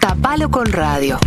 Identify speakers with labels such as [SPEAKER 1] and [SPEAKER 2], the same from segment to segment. [SPEAKER 1] Tapalo con radio.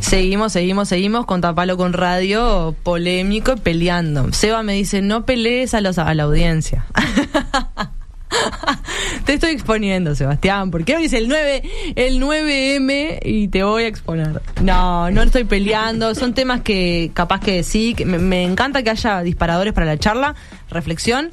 [SPEAKER 2] Seguimos, seguimos, seguimos con Tapalo con Radio, polémico y peleando. Seba me dice, no pelees a, los, a la audiencia. te estoy exponiendo, Sebastián, porque hoy es el 9, el 9M y te voy a exponer. No, no estoy peleando, son temas que capaz que sí, que me, me encanta que haya disparadores para la charla, reflexión,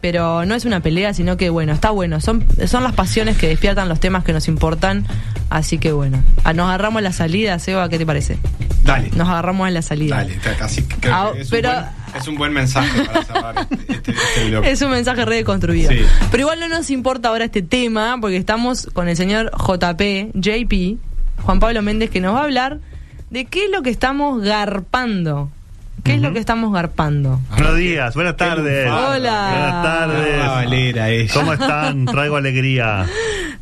[SPEAKER 2] pero no es una pelea, sino que bueno, está bueno. Son, son las pasiones que despiertan los temas que nos importan. Así que bueno, a- nos agarramos en la salida, Seba, ¿qué te parece?
[SPEAKER 3] Dale.
[SPEAKER 2] Nos agarramos en la salida.
[SPEAKER 3] Dale, ta- así que creo
[SPEAKER 2] Ah,
[SPEAKER 3] que es,
[SPEAKER 2] pero-
[SPEAKER 3] un buen, es un buen mensaje para cerrar este, este- este bloque.
[SPEAKER 2] Es un mensaje redeconstruido.
[SPEAKER 3] Sí.
[SPEAKER 2] Pero igual no nos importa ahora este tema, porque estamos con el señor JP, JP, Juan Pablo Méndez, que nos va a hablar de qué es lo que estamos garpando. ¿Qué es lo que estamos garpando?
[SPEAKER 4] Buenos días, buenas tardes.
[SPEAKER 3] lunfardo.
[SPEAKER 2] Hola.
[SPEAKER 4] Buenas tardes.
[SPEAKER 3] Ah, Valera, ella.
[SPEAKER 4] ¿Cómo están? Traigo alegría.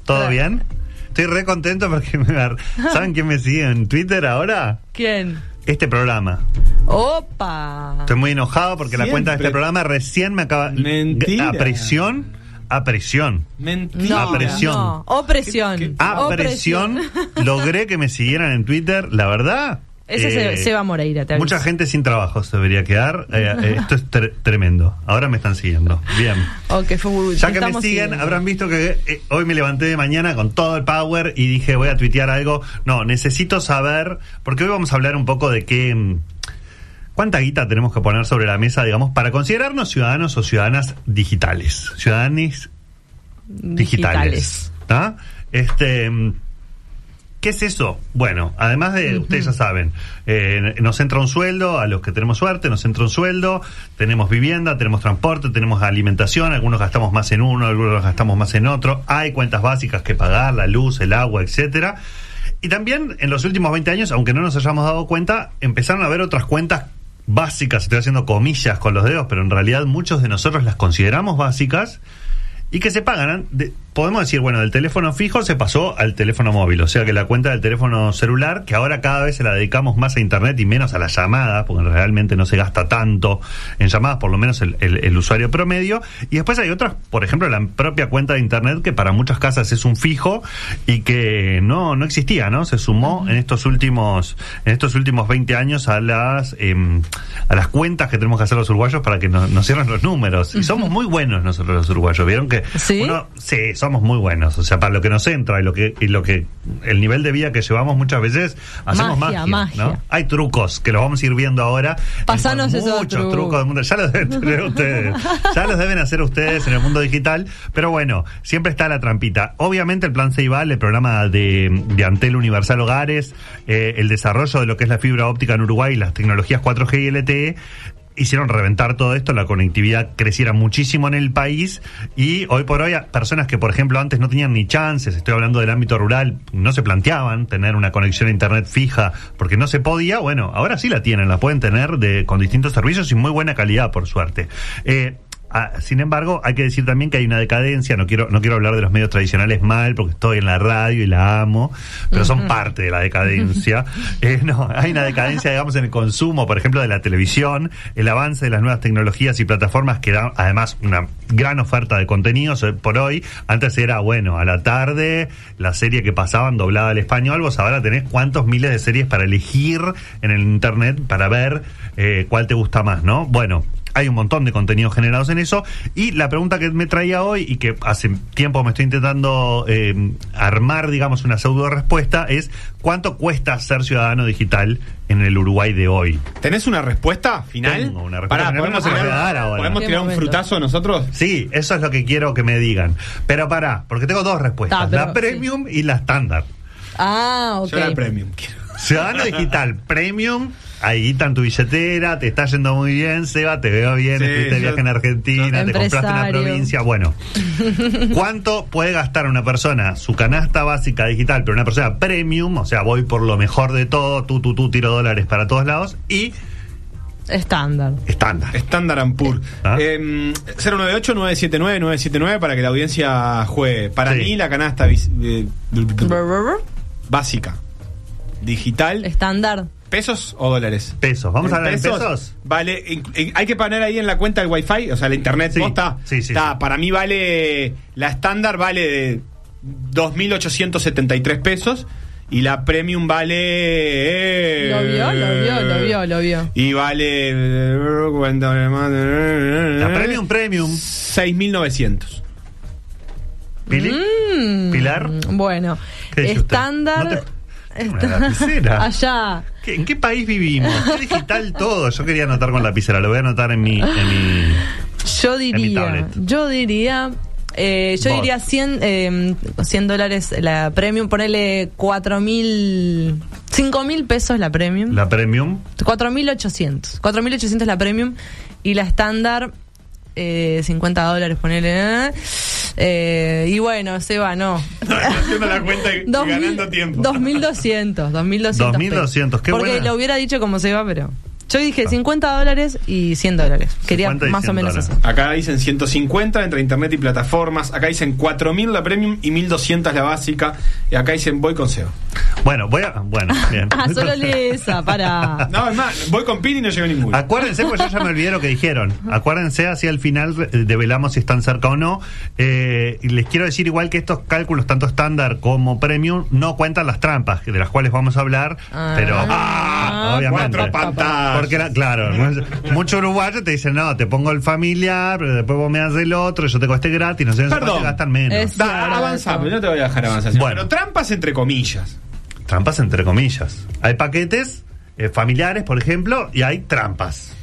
[SPEAKER 4] ¿Todo
[SPEAKER 2] Tra-
[SPEAKER 4] bien? Estoy re contento porque me agar- ¿Saben quién me sigue en Twitter ahora?
[SPEAKER 2] ¿Quién?
[SPEAKER 4] Este programa.
[SPEAKER 2] ¡Opa!
[SPEAKER 4] Estoy muy enojado porque la cuenta de
[SPEAKER 3] Siempre.
[SPEAKER 4] este programa recién me acaba.
[SPEAKER 3] Mentira.
[SPEAKER 4] A presión. A presión.
[SPEAKER 3] Mentira.
[SPEAKER 2] No,
[SPEAKER 4] presión.
[SPEAKER 2] no, opresión.
[SPEAKER 3] ¿Qué- qué-
[SPEAKER 4] A
[SPEAKER 2] Opresión.
[SPEAKER 4] presión. Logré que me siguieran en Twitter, la verdad.
[SPEAKER 2] Ese se-
[SPEAKER 4] eh,
[SPEAKER 2] Seba Moreira, te aviso.
[SPEAKER 4] Mucha gente sin trabajo se debería quedar. Eh, eh, esto es tre- tremendo. Ahora me están siguiendo. Bien.
[SPEAKER 2] Ok, fue muy-
[SPEAKER 4] Ya que me
[SPEAKER 2] estamos
[SPEAKER 4] siguen,
[SPEAKER 2] siguiendo.
[SPEAKER 4] habrán visto que eh, hoy me levanté de mañana con todo el power y dije voy a tuitear algo. No, necesito saber, porque hoy vamos a hablar un poco de qué... mm, ¿Cuánta guita tenemos que poner sobre la mesa, digamos, para considerarnos ciudadanos o ciudadanas digitales? Ciudadanes digitales. ¿tá? Este, mm, ¿Qué es eso? Bueno, además de, ustedes ya saben, eh, nos entra un sueldo, a los que tenemos suerte, nos entra un sueldo, tenemos vivienda, tenemos transporte, tenemos alimentación, algunos gastamos más en uno, algunos gastamos más en otro, hay cuentas básicas que pagar, la luz, el agua, etcétera. Y también en los últimos 20 años, aunque no nos hayamos dado cuenta, empezaron a haber otras cuentas básicas, estoy haciendo comillas con los dedos, pero en realidad muchos de nosotros las consideramos básicas y que se pagan. de- podemos decir, bueno, del teléfono fijo se pasó al teléfono móvil, o sea que la cuenta del teléfono celular, que ahora cada vez se la dedicamos más a internet y menos a las llamadas, porque realmente no se gasta tanto en llamadas, por lo menos el, el- el usuario promedio. Y después hay otras, por ejemplo, la propia cuenta de internet, que para muchas casas es un fijo y que no, no existía, ¿no? Se sumó en estos últimos, en estos últimos 20 años a las em, a las cuentas que tenemos que hacer los uruguayos para que no- nos cierren los números. Y somos muy buenos nosotros los uruguayos. Vieron que
[SPEAKER 2] ¿Sí?
[SPEAKER 4] uno- sí, somos muy buenos. O sea, para lo que nos entra y lo que, y lo que, el nivel de vida que llevamos muchas veces, hacemos
[SPEAKER 2] Magia,
[SPEAKER 4] magia.
[SPEAKER 2] magia.
[SPEAKER 4] ¿no? Hay trucos que los vamos a ir viendo ahora.
[SPEAKER 2] Pasanos
[SPEAKER 4] Hay
[SPEAKER 2] esos
[SPEAKER 4] Muchos
[SPEAKER 2] trucos.
[SPEAKER 4] trucos del mundo. Ya los deben tener ustedes. Ya los deben hacer ustedes en el mundo digital. Pero bueno, siempre está la trampita. Obviamente el plan Ceibal, el programa de, de Antel Universal Hogares, eh, el desarrollo de lo que es la fibra óptica en Uruguay y las tecnologías 4G y LTE, hicieron reventar todo esto, la conectividad creciera muchísimo en el país y hoy por hoy a- personas que por ejemplo antes no tenían ni chances, estoy hablando del ámbito rural, no se planteaban tener una conexión a internet fija porque no se podía, bueno, ahora sí la tienen, la pueden tener de, con distintos servicios y muy buena calidad por suerte. Eh, Ah, sin embargo, hay que decir también que hay una decadencia. No quiero, no quiero hablar de los medios tradicionales mal, porque estoy en la radio y la amo, pero son parte de la decadencia. Eh, no, hay una decadencia, digamos, en el consumo, por ejemplo, de la televisión, el avance de las nuevas tecnologías y plataformas que dan, además, una gran oferta de contenidos hoy por hoy. Antes era, bueno, a la tarde, la serie que pasaban doblada al español, vos ahora tenés cuántos miles de series para elegir en el internet para ver eh, cuál te gusta más, ¿no? Bueno hay un montón de contenidos generados en eso. Y la pregunta que me traía hoy y que hace tiempo me estoy intentando eh, armar, digamos, una pseudo respuesta es ¿cuánto cuesta ser ciudadano digital en el Uruguay de hoy?
[SPEAKER 3] ¿Tenés una respuesta final?
[SPEAKER 4] Tengo una respuesta final,
[SPEAKER 3] ¿podemos
[SPEAKER 4] pero no
[SPEAKER 3] tirar,
[SPEAKER 4] se la voy a dar ahora.
[SPEAKER 3] ¿podemos
[SPEAKER 2] Qué
[SPEAKER 3] tirar un
[SPEAKER 2] momento.
[SPEAKER 3] frutazo nosotros?
[SPEAKER 4] Sí, eso es lo que quiero que me digan. Pero pará, porque tengo dos respuestas,
[SPEAKER 2] Ta, pero-
[SPEAKER 4] la premium y la estándar.
[SPEAKER 2] Ah, ok.
[SPEAKER 3] Yo era el premium. quiero.
[SPEAKER 4] Ciudadano digital premium hay guita en tu billetera, te está yendo muy bien, Seba, te veo bien,
[SPEAKER 3] Sí,
[SPEAKER 4] estuviste de
[SPEAKER 3] yo-
[SPEAKER 4] viaje en Argentina, te compraste una
[SPEAKER 2] Empresario.
[SPEAKER 4] provincia. Bueno, ¿cuánto puede gastar una persona su canasta básica digital, pero una persona premium, o sea, voy por lo mejor de todo, tú, tú, tú, tiro dólares para todos lados, y
[SPEAKER 2] Estándar.
[SPEAKER 4] estándar?
[SPEAKER 3] Estándar Ampur.
[SPEAKER 4] Ah.
[SPEAKER 3] Eh, 098-979-979 para que la audiencia juegue. Para
[SPEAKER 4] Sí.
[SPEAKER 3] mí la canasta bis- eh,
[SPEAKER 2] Brr, brr, brr.
[SPEAKER 3] básica, digital,
[SPEAKER 2] Estándar.
[SPEAKER 3] pesos o dólares.
[SPEAKER 4] Pesos, vamos a hablar de
[SPEAKER 3] ¿En
[SPEAKER 4] pesos.
[SPEAKER 3] Vale, inc- eh, hay que poner ahí en la cuenta el wifi, o sea, el internet
[SPEAKER 4] Sí,
[SPEAKER 3] posta.
[SPEAKER 4] sí, sí,
[SPEAKER 3] Está,
[SPEAKER 4] sí.
[SPEAKER 3] Para mí vale, la estándar vale de 2.873 pesos y la premium vale... eh,
[SPEAKER 2] Lo vio, lo vio,
[SPEAKER 4] Eh,
[SPEAKER 2] lo vio, lo vio.
[SPEAKER 3] Y vale... eh, La
[SPEAKER 4] La premium, premium.
[SPEAKER 3] 6.900.
[SPEAKER 4] Pili,
[SPEAKER 2] Mm.
[SPEAKER 4] Pilar.
[SPEAKER 2] Bueno,
[SPEAKER 4] ¿Qué dice usted?
[SPEAKER 2] estándar.
[SPEAKER 4] No te- Una lapicera.
[SPEAKER 2] Allá.
[SPEAKER 4] ¿Qué- ¿En qué país vivimos? ¿Qué digital todo? Yo quería anotar con lapicera, lo voy a anotar en mi. En mi...
[SPEAKER 2] Yo
[SPEAKER 4] mi
[SPEAKER 2] diría,
[SPEAKER 4] tablet.
[SPEAKER 2] yo diría, eh, yo
[SPEAKER 4] Vos.
[SPEAKER 2] diría 100, eh, 100 dólares la premium, ponele 4 mil, 5 mil pesos la premium,
[SPEAKER 4] La premium.
[SPEAKER 2] 4.800, 4.800 la premium y la estándar eh, 50 dólares, ponele. eh, eh, y bueno, se va, no.
[SPEAKER 3] Haciendo la cuenta y
[SPEAKER 2] 2000,
[SPEAKER 3] ganando tiempo.
[SPEAKER 2] 2200, 2200.
[SPEAKER 4] 2200, qué
[SPEAKER 2] Porque
[SPEAKER 4] buena.
[SPEAKER 2] lo hubiera dicho como se va, pero. Yo dije 50 dólares y 100 dólares. Quería
[SPEAKER 4] 50 y
[SPEAKER 2] más o
[SPEAKER 4] 100
[SPEAKER 2] menos
[SPEAKER 4] dólares.
[SPEAKER 2] eso.
[SPEAKER 3] Acá dicen 150 entre internet y plataformas. Acá dicen 4.000 la premium y 1.200 la básica. Y acá dicen voy con SEO.
[SPEAKER 4] Bueno, voy a. Bueno, bien.
[SPEAKER 2] Ah, solo lee esa, para.
[SPEAKER 3] No, es más, voy con Pini y no llego a ninguno.
[SPEAKER 4] Acuérdense, porque yo ya me olvidé lo que dijeron. Acuérdense, hacia el final eh, develamos si están cerca o no. Eh, y les quiero decir igual que estos cálculos, tanto estándar como premium, no cuentan las trampas, de las cuales vamos a hablar,
[SPEAKER 2] Ah.
[SPEAKER 4] pero
[SPEAKER 2] Ah,
[SPEAKER 4] obviamente.
[SPEAKER 3] Cuatro pantallas.
[SPEAKER 4] Porque, la- claro, no- mucho uruguayo te dicen, no, te pongo el familiar, pero después vos me das el otro, yo te costé gratis, no sé, no sé
[SPEAKER 3] Perdón.
[SPEAKER 4] cuánto gastan menos.
[SPEAKER 2] Es-
[SPEAKER 3] Da,
[SPEAKER 2] Claro,
[SPEAKER 3] avanzame,
[SPEAKER 2] eso.
[SPEAKER 3] no te voy a dejar avanzar. señor.
[SPEAKER 4] Bueno.
[SPEAKER 3] Pero trampas entre comillas.
[SPEAKER 4] Trampas entre comillas. Hay paquetes eh, familiares, por ejemplo, y hay trampas.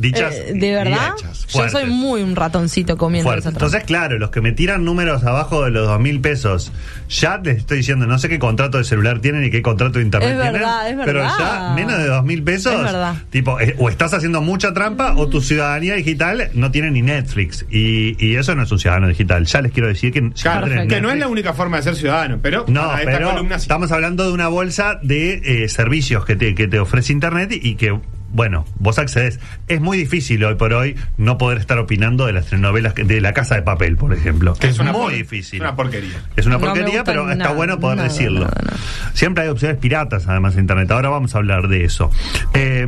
[SPEAKER 4] Dichas.
[SPEAKER 2] Eh,
[SPEAKER 4] y
[SPEAKER 2] ¿De verdad?
[SPEAKER 4] hechas,
[SPEAKER 2] Yo soy
[SPEAKER 4] fuertes.
[SPEAKER 2] muy un ratoncito comiendo
[SPEAKER 4] Fuerte.
[SPEAKER 2] esa trampa.
[SPEAKER 4] Entonces, claro, los que me tiran números abajo de los dos mil pesos, ya les estoy diciendo, no sé qué contrato de celular tienen y qué contrato de internet
[SPEAKER 2] Es
[SPEAKER 4] tienen.
[SPEAKER 2] verdad, es verdad.
[SPEAKER 4] Pero ya menos de dos mil pesos.
[SPEAKER 2] Es verdad.
[SPEAKER 4] Tipo, eh, o estás haciendo mucha trampa o tu ciudadanía digital no tiene ni Netflix. Y, y eso no es un ciudadano digital. Ya les quiero decir que si
[SPEAKER 3] Claro,
[SPEAKER 4] no tenés
[SPEAKER 3] que no es
[SPEAKER 4] Netflix-
[SPEAKER 3] la única forma de ser ciudadano, pero
[SPEAKER 4] no,
[SPEAKER 3] para esta
[SPEAKER 4] pero
[SPEAKER 3] columna sí.
[SPEAKER 4] estamos hablando de una bolsa de eh, servicios que te, que te ofrece Internet y que, bueno, vos accedes. Es muy difícil hoy por hoy no poder estar opinando de las telenovelas que- de La Casa de Papel, por ejemplo.
[SPEAKER 3] Que es una
[SPEAKER 4] muy
[SPEAKER 3] por-
[SPEAKER 4] difícil.
[SPEAKER 3] Una porquería.
[SPEAKER 4] Es una
[SPEAKER 2] No me
[SPEAKER 4] porquería,
[SPEAKER 2] gusta
[SPEAKER 4] pero está
[SPEAKER 2] nada,
[SPEAKER 4] bueno poder
[SPEAKER 2] nada,
[SPEAKER 4] decirlo.
[SPEAKER 2] nada, nada.
[SPEAKER 4] Siempre hay opciones piratas, además, en Internet. Ahora vamos a hablar de eso. Eh,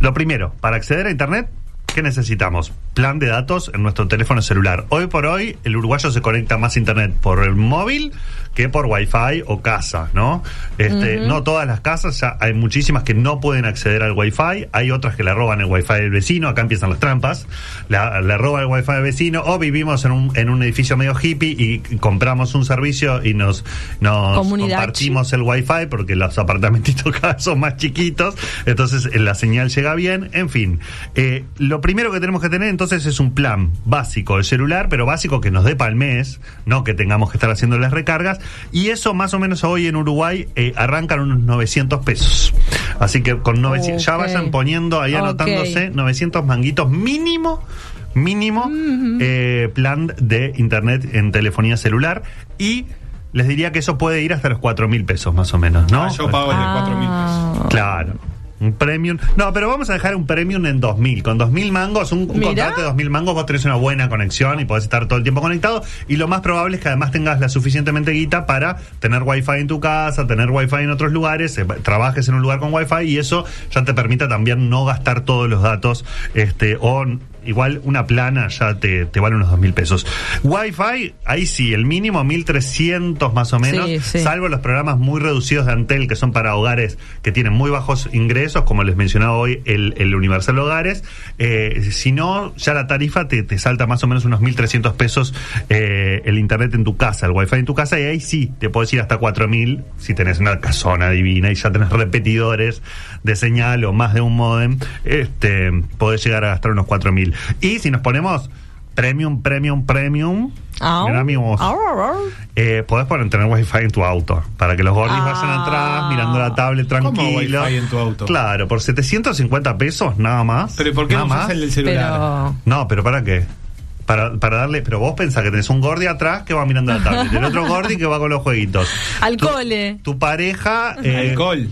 [SPEAKER 4] lo primero, para acceder a Internet, ¿qué necesitamos? Plan de datos en nuestro teléfono celular. Hoy por hoy, el uruguayo se conecta más a Internet por el móvil que por Wi-Fi o casa, ¿no? Este, No todas las casas, ya hay muchísimas que no pueden acceder al Wi-Fi, hay otras que le roban el Wi-Fi del vecino, acá empiezan las trampas, la- le roba el Wi-Fi del vecino o vivimos en un, en un edificio medio hippie y compramos un servicio y nos, nos
[SPEAKER 2] Comunidad
[SPEAKER 4] compartimos tenemos el wifi porque los apartamentitos cada vez son más chiquitos, entonces eh, la señal llega bien, en fin. Eh, lo primero que tenemos que tener entonces es un plan básico del celular, pero básico que nos dé para el mes, no que tengamos que estar haciendo las recargas, y eso más o menos hoy en Uruguay eh, arrancan unos 900 pesos. Así que con 900, ya
[SPEAKER 2] Ok.
[SPEAKER 4] vayan poniendo ahí
[SPEAKER 2] Ok.
[SPEAKER 4] anotándose 900 ¿eh? manguitos mínimo, mínimo eh, plan de internet en telefonía celular y les diría que eso puede ir hasta los 4 mil pesos más o menos, ¿no?
[SPEAKER 3] Ah, yo pago el de
[SPEAKER 2] Ah.
[SPEAKER 3] 4 mil pesos.
[SPEAKER 4] Claro. Un premium. No, pero vamos a dejar un premium en 2000. Con 2000 mangos, un, un
[SPEAKER 2] Mirá.
[SPEAKER 4] contrato de 2000 mangos, vos tenés una buena conexión y podés estar todo el tiempo conectado. Y lo más probable es que además tengas la suficientemente guita para tener wifi en tu casa, tener wifi en otros lugares, eh, trabajes en un lugar con wifi y eso ya te permite también no gastar todos los datos. Este, o n- igual una plana ya te, te vale unos 2000 pesos. Wifi, ahí sí, el mínimo 1300 más o menos.
[SPEAKER 2] Sí, sí.
[SPEAKER 4] Salvo los programas muy reducidos de Antel, que son para hogares que tienen muy bajos ingresos, como les mencionaba hoy el, el Universal Hogares. Eh, si no, ya la tarifa te, te salta más o menos unos 1.300 pesos eh, el internet en tu casa, el wifi en tu casa, y ahí sí te puedes ir hasta 4.000 si tenés una casona divina y ya tenés repetidores de señal o más de un modem. Este, podés llegar a gastar unos 4.000. Y si nos ponemos Premium, Premium, Premium.
[SPEAKER 2] Au.
[SPEAKER 4] Grammy vos.
[SPEAKER 2] Au, au, au.
[SPEAKER 4] Eh, podés poner tener wifi en tu auto para que los gordis
[SPEAKER 2] Ah.
[SPEAKER 4] vayan atrás mirando la tablet
[SPEAKER 3] ¿Cómo
[SPEAKER 4] tranquilo.
[SPEAKER 3] wifi en tu auto?
[SPEAKER 4] Claro, por 750 pesos nada más.
[SPEAKER 3] Pero ¿por qué
[SPEAKER 4] Nada
[SPEAKER 3] no usas
[SPEAKER 4] más.
[SPEAKER 3] el del celular?
[SPEAKER 2] Pero.
[SPEAKER 4] No, pero ¿para qué? Para, para darle, pero vos pensás que tenés un gordi atrás que va mirando la tablet, el otro gordi que va con los jueguitos.
[SPEAKER 2] Al
[SPEAKER 4] Tu-
[SPEAKER 2] cole.
[SPEAKER 4] Tu, pareja. eh,
[SPEAKER 3] Alcohol.
[SPEAKER 4] eh,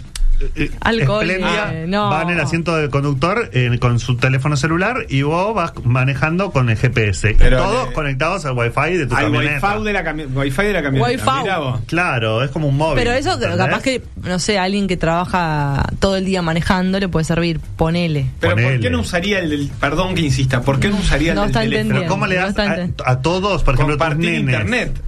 [SPEAKER 2] Alcohol,
[SPEAKER 4] Espléndida,
[SPEAKER 2] eh, no.
[SPEAKER 4] va en el asiento del conductor eh, con su teléfono celular y vos vas manejando con el GPS. Y
[SPEAKER 3] Pero,
[SPEAKER 4] todos
[SPEAKER 3] eh,
[SPEAKER 4] conectados al wifi de tu
[SPEAKER 3] Al
[SPEAKER 4] camioneta.
[SPEAKER 3] wifi de la, cami- wifi de la camioneta.
[SPEAKER 2] Wifi.
[SPEAKER 3] Mirá vos.
[SPEAKER 4] Claro, es como un móvil.
[SPEAKER 2] Pero eso
[SPEAKER 4] ¿entendés?
[SPEAKER 2] capaz que, no sé, alguien que trabaja todo el día manejando le puede servir, ponele.
[SPEAKER 3] Pero ¿por qué
[SPEAKER 4] Ponele.
[SPEAKER 3] no usaría el del, perdón que insista, ¿por qué no usaría el
[SPEAKER 2] No
[SPEAKER 3] del
[SPEAKER 2] está
[SPEAKER 3] teléfono?
[SPEAKER 4] Pero
[SPEAKER 2] entendiendo.
[SPEAKER 4] ¿cómo le
[SPEAKER 2] no
[SPEAKER 4] das a,
[SPEAKER 2] obstante.
[SPEAKER 4] a todos, por ejemplo, a tus
[SPEAKER 3] Compartir
[SPEAKER 4] nenes?
[SPEAKER 3] internet.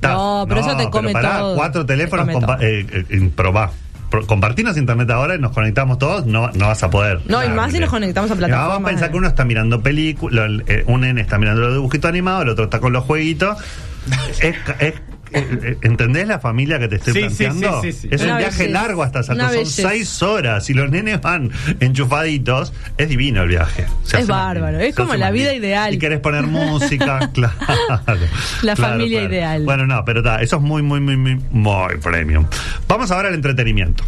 [SPEAKER 4] Ta-
[SPEAKER 2] No, pero eso te come
[SPEAKER 4] pará,
[SPEAKER 2] todo.
[SPEAKER 4] cuatro
[SPEAKER 2] Te
[SPEAKER 4] teléfonos,
[SPEAKER 2] come
[SPEAKER 4] compa-
[SPEAKER 2] todo.
[SPEAKER 4] eh, eh, eh, probá. Pro- Compartinos internet ahora y nos conectamos todos, no, no vas a poder.
[SPEAKER 2] No, y más si nos conectamos a plataformas.
[SPEAKER 4] Vamos a pensar que uno está mirando películas, eh, un nene está mirando los dibujitos animados, el otro está con los jueguitos. Es- es- eh, ¿Entendés la familia que te estoy
[SPEAKER 3] Sí, sí,
[SPEAKER 4] planteando?
[SPEAKER 3] sí, sí, sí.
[SPEAKER 4] Es
[SPEAKER 2] Una
[SPEAKER 4] un viaje
[SPEAKER 2] belleza.
[SPEAKER 4] largo hasta Salto,
[SPEAKER 2] Una
[SPEAKER 4] son
[SPEAKER 2] belleza.
[SPEAKER 4] seis horas y los nenes van enchufaditos. Es divino el viaje. Se
[SPEAKER 2] Es
[SPEAKER 4] hace más
[SPEAKER 2] bárbaro,
[SPEAKER 4] lindo,
[SPEAKER 2] es
[SPEAKER 4] se
[SPEAKER 2] como
[SPEAKER 4] hace
[SPEAKER 2] la
[SPEAKER 4] más
[SPEAKER 2] vida
[SPEAKER 4] lindo.
[SPEAKER 2] ideal.
[SPEAKER 4] Y querés poner música, claro.
[SPEAKER 2] La
[SPEAKER 4] claro,
[SPEAKER 2] familia ideal.
[SPEAKER 4] Bueno, no, pero ta, eso es muy, muy, muy, muy, muy premium. Vamos ahora al entretenimiento.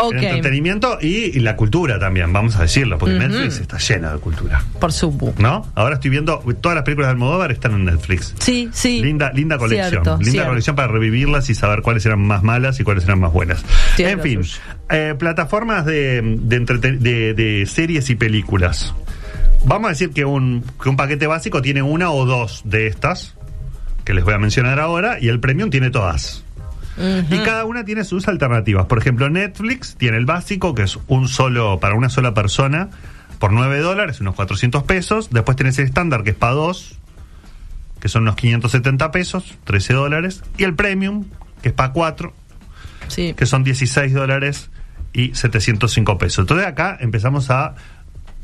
[SPEAKER 4] El
[SPEAKER 2] Ok,
[SPEAKER 4] entretenimiento y, y la cultura también, vamos a decirlo, porque Netflix está llena de cultura.
[SPEAKER 2] por supu.
[SPEAKER 4] ¿No? Ahora estoy viendo todas las películas de Almodóvar están en Netflix.
[SPEAKER 2] Sí, sí.
[SPEAKER 4] Linda, linda colección.
[SPEAKER 2] Cierto,
[SPEAKER 4] linda
[SPEAKER 2] cierto.
[SPEAKER 4] colección para revivirlas y saber cuáles eran más malas y cuáles eran más buenas.
[SPEAKER 2] Cierto,
[SPEAKER 4] en fin,
[SPEAKER 2] Sush.
[SPEAKER 4] eh, plataformas de, de entreten- de- de series y películas. Vamos a decir que un, que un paquete básico tiene una o dos de estas, que les voy a mencionar ahora, y el premium tiene todas. Y cada una tiene sus alternativas. Por ejemplo, Netflix tiene el básico, que es un solo, para una sola persona, por 9 dólares, unos 400 pesos. Después tenés el estándar, que es para dos, que son unos 570 pesos, 13 dólares. Y el premium, que es para cuatro,
[SPEAKER 2] Sí.
[SPEAKER 4] que son 16 dólares y 705 pesos. Entonces acá empezamos a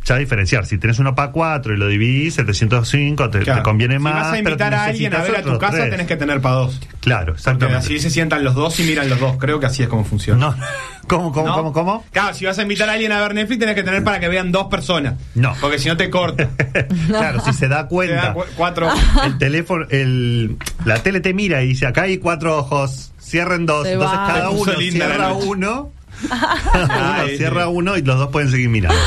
[SPEAKER 4] ya diferenciar. Si tenés uno para 4 y lo dividís, 705 te,
[SPEAKER 3] Claro.
[SPEAKER 4] te conviene
[SPEAKER 3] si
[SPEAKER 4] más.
[SPEAKER 3] vas a
[SPEAKER 4] pero
[SPEAKER 3] invitar a alguien a
[SPEAKER 4] necesitas
[SPEAKER 3] ver a tu
[SPEAKER 4] otros
[SPEAKER 3] casa,
[SPEAKER 4] tres.
[SPEAKER 3] tenés que tener para dos.
[SPEAKER 4] Claro,
[SPEAKER 3] Porque
[SPEAKER 4] exactamente.
[SPEAKER 3] así se sientan los dos y miran los dos. Creo que así es como funciona.
[SPEAKER 4] No, ¿cómo, cómo,
[SPEAKER 3] ¿No?
[SPEAKER 4] cómo, cómo?
[SPEAKER 3] Claro, si vas a invitar a alguien a ver Netflix, tenés que tener para que vean dos personas.
[SPEAKER 4] No.
[SPEAKER 3] Porque si no te corta.
[SPEAKER 4] claro, si se da
[SPEAKER 3] Te da
[SPEAKER 4] cuenta.
[SPEAKER 3] cu- cuatro.
[SPEAKER 2] Ah.
[SPEAKER 4] El teléfono, el, la tele te mira y dice, acá hay cuatro ojos, cierren dos.
[SPEAKER 2] Se
[SPEAKER 4] Entonces
[SPEAKER 2] va.
[SPEAKER 4] cada
[SPEAKER 3] Se puso
[SPEAKER 4] uno
[SPEAKER 3] linda la
[SPEAKER 4] cierra
[SPEAKER 3] noche.
[SPEAKER 4] uno. Cada uno
[SPEAKER 3] Ay,
[SPEAKER 4] cierra
[SPEAKER 3] sí.
[SPEAKER 4] uno y los dos pueden seguir mirando.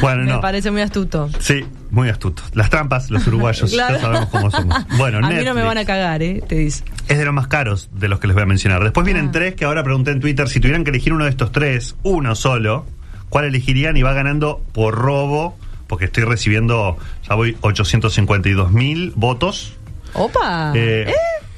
[SPEAKER 4] Bueno,
[SPEAKER 2] Me
[SPEAKER 4] no.
[SPEAKER 2] parece muy astuto.
[SPEAKER 4] Sí, muy astuto. Las trampas, los uruguayos,
[SPEAKER 2] Claro.
[SPEAKER 4] ya sabemos cómo somos. Bueno,
[SPEAKER 2] a mí no me
[SPEAKER 4] Netflix
[SPEAKER 2] van a cagar, ¿eh? Te dice.
[SPEAKER 4] es de los más caros de los que les voy a mencionar. Después
[SPEAKER 2] Ah.
[SPEAKER 4] vienen tres que ahora pregunté en Twitter si tuvieran que elegir uno de estos tres, uno solo, ¿cuál elegirían? Y va ganando por robo, porque estoy recibiendo, ya voy, 852 mil votos.
[SPEAKER 2] Opa.
[SPEAKER 4] Eh.
[SPEAKER 2] Eh.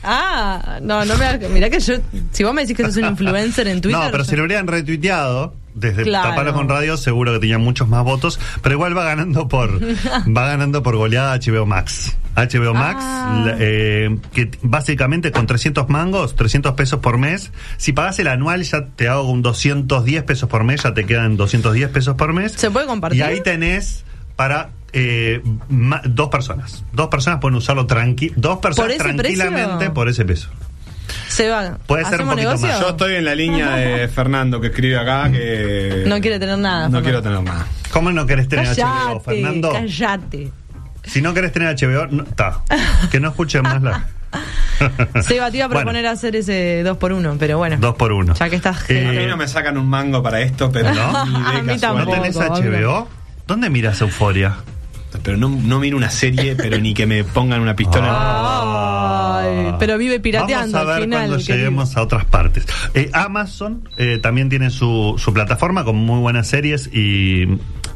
[SPEAKER 2] Ah, no, no me hagas- Mirá que yo. Si vos me decís que sos un influencer en Twitter.
[SPEAKER 4] no, pero
[SPEAKER 2] yo-
[SPEAKER 4] si lo hubieran retuiteado desde
[SPEAKER 2] Claro.
[SPEAKER 4] Taparos con Radio, seguro que tenían muchos más votos, pero igual va ganando por va ganando por goleada HBO Max. HBO Max,
[SPEAKER 2] Ah.
[SPEAKER 4] la- eh, que t- básicamente con 300 mangos, 300 pesos por mes, si pagas el anual ya te hago un 210 pesos por mes, ya te quedan 210 pesos por mes.
[SPEAKER 2] ¿Se puede compartir?
[SPEAKER 4] Y ahí tenés para eh, ma- dos personas. Dos personas pueden usarlo tranqui dos personas
[SPEAKER 2] ese
[SPEAKER 4] tranquilamente
[SPEAKER 2] precio?
[SPEAKER 4] por ese peso.
[SPEAKER 2] Se va.
[SPEAKER 4] Puede ser un
[SPEAKER 2] ¿Hacemos
[SPEAKER 4] poquito más.
[SPEAKER 2] negocio?
[SPEAKER 3] Yo estoy en la línea de Fernando que escribe acá que.
[SPEAKER 2] No quiere tener nada,
[SPEAKER 3] No
[SPEAKER 2] Fernando.
[SPEAKER 3] quiero tener nada.
[SPEAKER 4] ¿Cómo no querés tener HBO,
[SPEAKER 2] Callate,
[SPEAKER 4] Fernando?
[SPEAKER 2] callate.
[SPEAKER 4] Si no querés tener HBO, no- ta, que no escuchen más la.
[SPEAKER 2] Seba, te iba a
[SPEAKER 4] Bueno,
[SPEAKER 2] proponer hacer ese 2 por 1 pero bueno.
[SPEAKER 4] dos por uno.
[SPEAKER 2] Ya que estás
[SPEAKER 3] A mí
[SPEAKER 2] gente.
[SPEAKER 4] Eh,
[SPEAKER 3] no me sacan un mango para esto, pero
[SPEAKER 4] No.
[SPEAKER 3] ni de
[SPEAKER 2] A mí
[SPEAKER 3] casualidad.
[SPEAKER 4] ¿No
[SPEAKER 2] tampoco.
[SPEAKER 4] tenés HBO? ¿Dónde miras Euforia?
[SPEAKER 3] Pero no, no miro una serie, pero ni que me pongan una
[SPEAKER 4] Ah.
[SPEAKER 3] pistola.
[SPEAKER 2] Ay, pero vive pirateando
[SPEAKER 4] Vamos a ver
[SPEAKER 2] al final.
[SPEAKER 4] cuando
[SPEAKER 2] querido.
[SPEAKER 4] lleguemos a otras partes. Eh, Amazon eh, también tiene su, su plataforma con muy buenas series y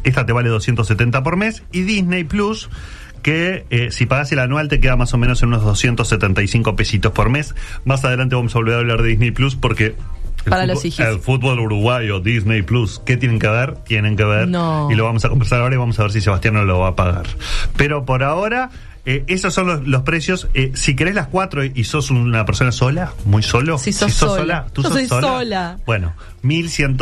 [SPEAKER 4] esta te vale 270 por mes. Y Disney Plus, que eh, si pagas el anual te queda más o menos en unos 275 pesitos por mes. Más adelante vamos a volver a hablar de Disney Plus porque... el
[SPEAKER 2] Para
[SPEAKER 4] fútbol-
[SPEAKER 2] los hijos.
[SPEAKER 4] El fútbol uruguayo, Disney Plus, ¿qué tienen que ver? Tienen que ver.
[SPEAKER 2] No.
[SPEAKER 4] Y lo vamos a conversar ahora y vamos a ver si Sebastián no lo va a pagar. Pero por ahora, eh, esos son los, los precios. Eh, si querés las cuatro y sos una persona sola, muy solo.
[SPEAKER 2] Si sos sola.
[SPEAKER 4] ¿tú
[SPEAKER 2] Yo
[SPEAKER 4] sos
[SPEAKER 2] soy
[SPEAKER 4] sola?
[SPEAKER 2] sola.
[SPEAKER 4] Bueno,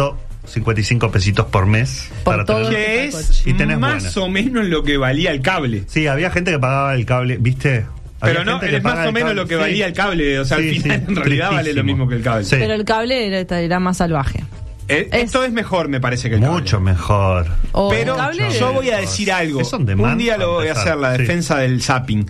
[SPEAKER 4] 1.155 pesitos por mes.
[SPEAKER 2] Por todo.
[SPEAKER 4] tener-
[SPEAKER 3] Que es
[SPEAKER 4] Y tenés
[SPEAKER 3] más
[SPEAKER 4] buenas.
[SPEAKER 3] o menos lo que valía el cable.
[SPEAKER 4] Sí, había gente que pagaba el cable, ¿viste?
[SPEAKER 3] Pero
[SPEAKER 4] Había
[SPEAKER 3] no,
[SPEAKER 4] gente que
[SPEAKER 3] es
[SPEAKER 4] paga
[SPEAKER 3] más o
[SPEAKER 4] el
[SPEAKER 3] menos
[SPEAKER 4] cable,
[SPEAKER 3] lo que
[SPEAKER 4] sí.
[SPEAKER 3] valía el cable. O sea, al
[SPEAKER 4] Sí,
[SPEAKER 3] final,
[SPEAKER 4] sí,
[SPEAKER 3] en realidad vale lo
[SPEAKER 4] tristísimo.
[SPEAKER 3] mismo que el cable.
[SPEAKER 4] Sí.
[SPEAKER 2] Pero el cable era, era este más salvaje.
[SPEAKER 3] Eh,
[SPEAKER 2] Es-
[SPEAKER 3] Esto es mejor, me parece que el cable.
[SPEAKER 4] Mucho mejor.
[SPEAKER 2] O
[SPEAKER 3] Pero
[SPEAKER 2] el cable-
[SPEAKER 3] yo voy a decir algo.
[SPEAKER 4] Es on demand,
[SPEAKER 3] Un día lo voy a
[SPEAKER 4] para
[SPEAKER 3] hacer, la
[SPEAKER 4] empezar, sí.
[SPEAKER 3] defensa del zapping.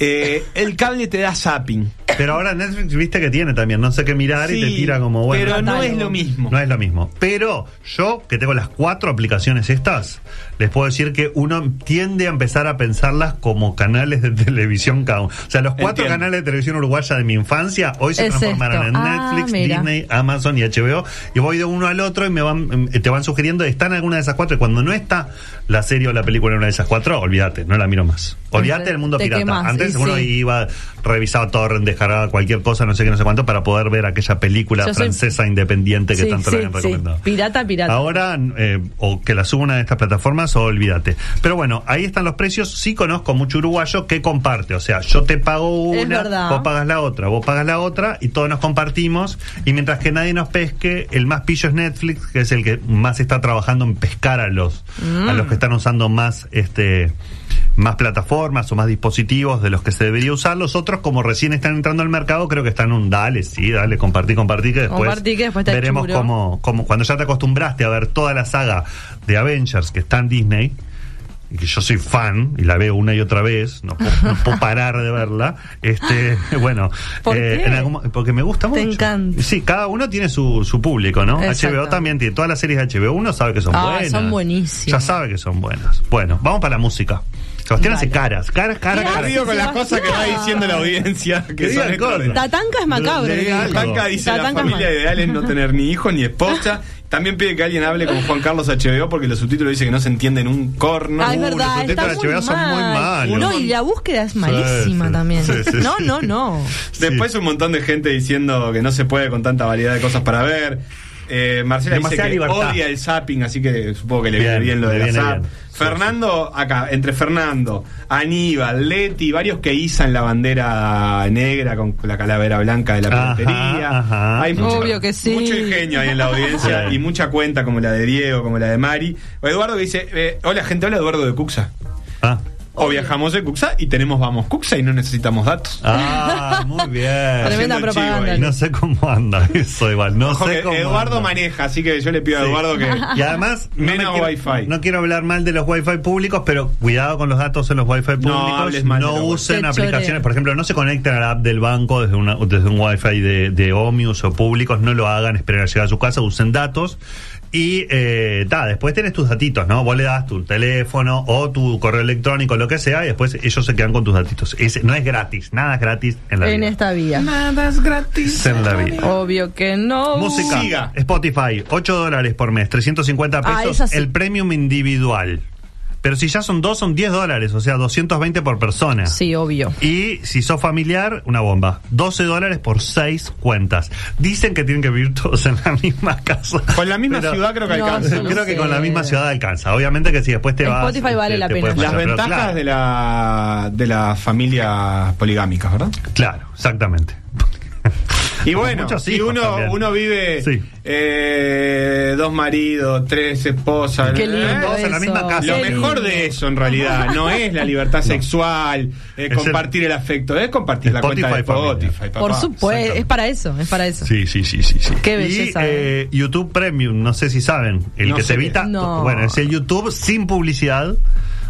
[SPEAKER 3] Eh, el cable te da zapping.
[SPEAKER 4] Pero ahora Netflix, viste que tiene también, no sé qué mirar y
[SPEAKER 3] Sí,
[SPEAKER 4] te tira como bueno.
[SPEAKER 3] Pero no
[SPEAKER 2] catálogo.
[SPEAKER 3] es lo mismo.
[SPEAKER 4] No es lo mismo. Pero yo, que tengo las cuatro aplicaciones estas, les puedo decir que uno tiende a empezar a pensarlas como canales de televisión cada uno. O sea, los cuatro
[SPEAKER 3] Entiendo.
[SPEAKER 4] canales de televisión uruguaya de mi infancia hoy se
[SPEAKER 2] Es
[SPEAKER 4] transformaron
[SPEAKER 2] esto.
[SPEAKER 4] en
[SPEAKER 2] Ah,
[SPEAKER 4] Netflix,
[SPEAKER 2] mira.
[SPEAKER 4] Disney, Amazon y HBO. Y voy de uno al otro y me van, eh, te van sugiriendo, están alguna de esas cuatro. Y cuando no está la serie o la película en una de esas cuatro, olvídate, no la miro más. Olvídate
[SPEAKER 2] Entonces,
[SPEAKER 4] del mundo
[SPEAKER 2] te
[SPEAKER 4] pirata.
[SPEAKER 2] quemás,
[SPEAKER 4] Antes
[SPEAKER 2] y
[SPEAKER 4] uno
[SPEAKER 2] sí.
[SPEAKER 4] iba, revisaba torrent, descargaba cualquier cosa, no sé qué, no sé cuánto, para poder ver aquella película
[SPEAKER 2] Yo soy-
[SPEAKER 4] francesa independiente que
[SPEAKER 2] Sí,
[SPEAKER 4] tanto
[SPEAKER 2] sí,
[SPEAKER 4] le habían
[SPEAKER 2] sí.
[SPEAKER 4] recomendado.
[SPEAKER 2] Pirata, pirata.
[SPEAKER 4] Ahora, eh, o que la suba una de estas plataformas o olvídate. Pero bueno, ahí están los precios. Sí conozco mucho uruguayo que comparte. O sea, yo te pago
[SPEAKER 2] Es
[SPEAKER 4] una,
[SPEAKER 2] verdad.
[SPEAKER 4] vos pagas la otra, vos pagas la otra y todos nos compartimos. Y mientras que nadie nos pesque, el más pillo es Netflix, que es el que más está trabajando en pescar a los, a
[SPEAKER 2] Mm.
[SPEAKER 4] los que están usando más este más plataformas o más dispositivos de los que se debería usar. Los otros, como recién están entrando al mercado, creo que están un dale, sí, dale, compartí, compartí, que después,
[SPEAKER 2] Compartí, que después te
[SPEAKER 4] veremos
[SPEAKER 2] achuro.
[SPEAKER 4] cómo, como cuando ya te acostumbraste a ver toda la saga de Avengers que está en Disney, y que yo soy fan y la veo una y otra vez, no puedo, no puedo parar de verla, este, bueno, eh,
[SPEAKER 2] ¿Por qué?
[SPEAKER 4] en algún mo- porque me gusta
[SPEAKER 2] Te
[SPEAKER 4] mucho.
[SPEAKER 2] encanta.
[SPEAKER 4] Sí, cada uno tiene su, su público, ¿no? HBO
[SPEAKER 2] Exactamente.
[SPEAKER 4] también tiene, todas las series de HBO, uno sabe que son
[SPEAKER 2] Ah,
[SPEAKER 4] buenas.
[SPEAKER 2] son buenísimas.
[SPEAKER 4] Ya sabe que son buenas. Bueno, vamos para la música. Sebastián hace
[SPEAKER 2] Dale.
[SPEAKER 4] caras, caras, caras,
[SPEAKER 2] Mirá,
[SPEAKER 4] caras.
[SPEAKER 2] sí,
[SPEAKER 3] Perdido con las cosas que va
[SPEAKER 2] Sebastián.
[SPEAKER 3] diciendo la audiencia. Que
[SPEAKER 4] Que
[SPEAKER 3] son
[SPEAKER 4] digan
[SPEAKER 3] extraordinarias.
[SPEAKER 4] cosas.
[SPEAKER 2] Tatanka es macabro.
[SPEAKER 4] Le diga
[SPEAKER 2] digo.
[SPEAKER 4] algo.
[SPEAKER 3] Tatanka dice la
[SPEAKER 2] Tatanka es
[SPEAKER 3] familia
[SPEAKER 2] mal.
[SPEAKER 3] ideal es no tener ni hijo ni esposa. También pide que alguien hable con Juan Carlos HBO porque los subtítulos dicen que no se entienden un corno.
[SPEAKER 2] Ah, es
[SPEAKER 4] Uh, los
[SPEAKER 2] verdad, está
[SPEAKER 4] subtítulos de
[SPEAKER 2] muy
[SPEAKER 4] HBO
[SPEAKER 2] mal.
[SPEAKER 4] son muy malos.
[SPEAKER 2] No, y la búsqueda es
[SPEAKER 4] Sí,
[SPEAKER 2] malísima
[SPEAKER 4] sí,
[SPEAKER 2] también.
[SPEAKER 4] sí, sí,
[SPEAKER 2] no,
[SPEAKER 4] sí.
[SPEAKER 2] no, no.
[SPEAKER 3] Después un montón de gente diciendo que no se puede con tanta variedad de cosas para ver. Eh, Marcela dice
[SPEAKER 4] Demasiada
[SPEAKER 3] que
[SPEAKER 4] libertad.
[SPEAKER 3] odia el zapping, así que supongo que le
[SPEAKER 4] Bien,
[SPEAKER 3] viene bien lo
[SPEAKER 4] le
[SPEAKER 3] de la
[SPEAKER 4] viene
[SPEAKER 3] zap.
[SPEAKER 4] bien. Sí,
[SPEAKER 3] Fernando, acá, entre Fernando, Aníbal, Leti, varios que izan la bandera negra con la calavera blanca de la
[SPEAKER 4] Ajá,
[SPEAKER 3] peluquería.
[SPEAKER 4] ajá.
[SPEAKER 3] Hay mucho,
[SPEAKER 2] Obvio que sí.
[SPEAKER 3] mucho ingenio ahí en la audiencia
[SPEAKER 4] Sí.
[SPEAKER 3] y mucha cuenta como la de Diego, como la de Mari. O Eduardo que dice, eh, hola gente, hola Eduardo de Cuxa.
[SPEAKER 4] Ah.
[SPEAKER 3] O viajamos de Cuxa y tenemos Vamos Cuxa y no necesitamos datos.
[SPEAKER 4] Ah, muy bien.
[SPEAKER 2] Tremenda
[SPEAKER 3] el chivo
[SPEAKER 2] propaganda.
[SPEAKER 3] ahí.
[SPEAKER 4] No sé cómo anda eso, igual. No
[SPEAKER 3] Ojo
[SPEAKER 4] sé
[SPEAKER 3] que
[SPEAKER 4] cómo
[SPEAKER 3] Eduardo
[SPEAKER 4] anda.
[SPEAKER 3] maneja, así que yo le pido a
[SPEAKER 4] Sí.
[SPEAKER 3] Eduardo que.
[SPEAKER 4] Y además, no
[SPEAKER 3] Menos
[SPEAKER 4] me quiero,
[SPEAKER 3] Wi-Fi.
[SPEAKER 4] No quiero hablar mal de los Wi-Fi públicos, pero cuidado con los datos en los Wi-Fi públicos.
[SPEAKER 3] hables
[SPEAKER 4] No,
[SPEAKER 3] mal de los
[SPEAKER 4] usen
[SPEAKER 2] Wi-Fi. Te
[SPEAKER 4] aplicaciones,
[SPEAKER 2] chorea.
[SPEAKER 4] por ejemplo, no se conecten a la app del banco desde, una, desde un Wi-Fi de, de Omius o públicos, no lo hagan, esperen a llegar a su casa, usen datos. Y eh, ta, después tenés tus datitos, ¿no? Vos le das tu teléfono o tu correo electrónico, lo que sea, y después ellos se quedan con tus datitos. Es- no es gratis, nada es gratis en la
[SPEAKER 2] En
[SPEAKER 4] vida.
[SPEAKER 2] esta vía.
[SPEAKER 3] Nada es gratis.
[SPEAKER 4] Es en la vida.
[SPEAKER 2] Obvio que no.
[SPEAKER 4] Música,
[SPEAKER 3] Siga.
[SPEAKER 4] Spotify, 8 dólares por mes, 350
[SPEAKER 2] Ah,
[SPEAKER 4] pesos
[SPEAKER 2] esa sí.
[SPEAKER 4] el premium individual. Pero si ya son dos, son 10 dólares, o sea, 220 por persona.
[SPEAKER 2] Sí, obvio.
[SPEAKER 4] Y si sos familiar, una bomba. 12 dólares por 6 cuentas. Dicen que tienen que vivir todos en la misma casa.
[SPEAKER 3] Con la misma
[SPEAKER 4] Pero
[SPEAKER 3] ciudad creo que
[SPEAKER 2] No,
[SPEAKER 3] alcanza.
[SPEAKER 2] sí,
[SPEAKER 3] ¿no?
[SPEAKER 4] Creo que
[SPEAKER 2] sé.
[SPEAKER 4] con la misma ciudad alcanza. Obviamente que si después te
[SPEAKER 2] En
[SPEAKER 4] vas.
[SPEAKER 2] Spotify vale la pena.
[SPEAKER 4] puedes
[SPEAKER 3] Las
[SPEAKER 4] pasar, pero
[SPEAKER 3] ventajas
[SPEAKER 4] claro,
[SPEAKER 3] de la de las familias poligámicas, ¿verdad?
[SPEAKER 4] Claro, exactamente.
[SPEAKER 3] Y bueno,
[SPEAKER 4] muchos
[SPEAKER 3] y
[SPEAKER 4] hijos
[SPEAKER 3] uno,
[SPEAKER 4] también.
[SPEAKER 3] uno vive
[SPEAKER 4] Sí.
[SPEAKER 3] eh, dos maridos, tres esposas.
[SPEAKER 2] Qué
[SPEAKER 3] ¿eh?
[SPEAKER 2] lindo.
[SPEAKER 4] Todos en la
[SPEAKER 2] eso.
[SPEAKER 4] misma casa.
[SPEAKER 3] Lo
[SPEAKER 2] Qué
[SPEAKER 3] mejor
[SPEAKER 2] lindo.
[SPEAKER 3] de eso en realidad no es la libertad sexual, eh,
[SPEAKER 4] Es el-
[SPEAKER 3] compartir el, afecto, es compartir la cuenta de
[SPEAKER 4] Spotify familia.
[SPEAKER 3] Spotify. papá.
[SPEAKER 2] Por supuesto.
[SPEAKER 4] exactamente.
[SPEAKER 2] Es para eso, es para eso.
[SPEAKER 4] Sí, sí, sí, sí, sí.
[SPEAKER 2] Qué belleza,
[SPEAKER 4] Y eh, YouTube Premium, no sé si saben, el
[SPEAKER 3] No
[SPEAKER 4] que
[SPEAKER 3] sé
[SPEAKER 4] se
[SPEAKER 3] qué.
[SPEAKER 4] evita,
[SPEAKER 2] No.
[SPEAKER 4] bueno, es el YouTube sin publicidad,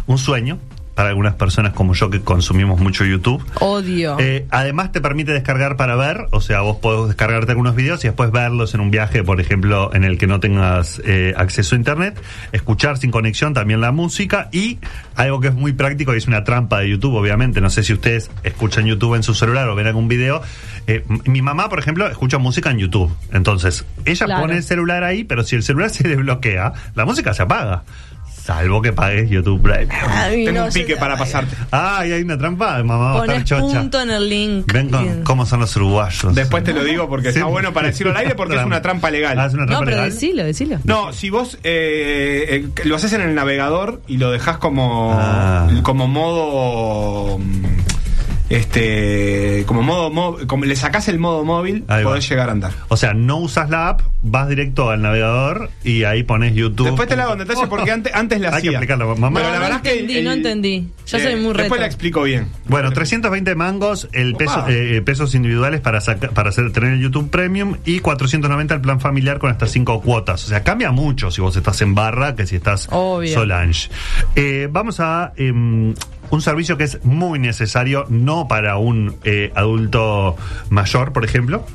[SPEAKER 4] un sueño para algunas personas como yo que consumimos mucho YouTube.
[SPEAKER 2] Odio.
[SPEAKER 4] Eh, además te permite descargar para ver, o sea, vos podés descargarte algunos videos y después verlos en un viaje, por ejemplo, en el que no tengas eh, acceso a internet, escuchar sin conexión también la música y algo que es muy práctico y es una trampa de YouTube, obviamente, no sé si ustedes escuchan YouTube en su celular o ven algún video. Eh, m- mi mamá, por ejemplo, escucha música en YouTube, entonces ella
[SPEAKER 2] Claro.
[SPEAKER 4] pone el celular ahí, pero si el celular se desbloquea, la música se apaga, salvo que pagues YouTube Premium.
[SPEAKER 2] Ay,
[SPEAKER 3] Tengo
[SPEAKER 2] no,
[SPEAKER 3] un
[SPEAKER 2] yo-
[SPEAKER 3] pique para pasarte.
[SPEAKER 4] Ay, hay una trampa, mamá va a estar
[SPEAKER 2] Pones
[SPEAKER 4] chocha.
[SPEAKER 2] punto en el link.
[SPEAKER 4] Ven con cómo son los uruguayos.
[SPEAKER 3] Después te lo digo porque está
[SPEAKER 4] Sí.
[SPEAKER 3] bueno para decirlo al aire porque es una trampa legal.
[SPEAKER 4] Ah, es una
[SPEAKER 2] No,
[SPEAKER 4] trampa
[SPEAKER 2] pero
[SPEAKER 4] legal.
[SPEAKER 2] decilo, decilo.
[SPEAKER 3] No, si vos eh, eh, lo haces en el navegador y lo dejas como,
[SPEAKER 4] Ah.
[SPEAKER 3] como modo mm, este, como modo, mo- como le sacás el modo móvil,
[SPEAKER 4] Ahí va.
[SPEAKER 3] podés llegar a andar.
[SPEAKER 4] O sea, no usas la app, vas directo al navegador y ahí pones YouTube.
[SPEAKER 3] Después te la hago en detalle porque antes, antes la
[SPEAKER 4] Hay que
[SPEAKER 3] hacía.
[SPEAKER 4] explicarlo, mamá.
[SPEAKER 3] Pero la
[SPEAKER 2] No, no
[SPEAKER 3] verdad es que eh,
[SPEAKER 2] entendí, no entendí. Yo soy muy
[SPEAKER 3] Después
[SPEAKER 2] retro.
[SPEAKER 3] la explico bien.
[SPEAKER 4] Bueno, 320 mangos, el peso,
[SPEAKER 3] Opa.
[SPEAKER 4] eh, pesos individuales para saca- para hacer, tener el YouTube Premium y 490 el plan familiar con hasta 5 cuotas. O sea, cambia mucho si vos estás en barra que si estás
[SPEAKER 2] Obvio.
[SPEAKER 4] Solange. Eh, vamos a em, un servicio que es muy necesario, no para un eh, adulto mayor, por ejemplo,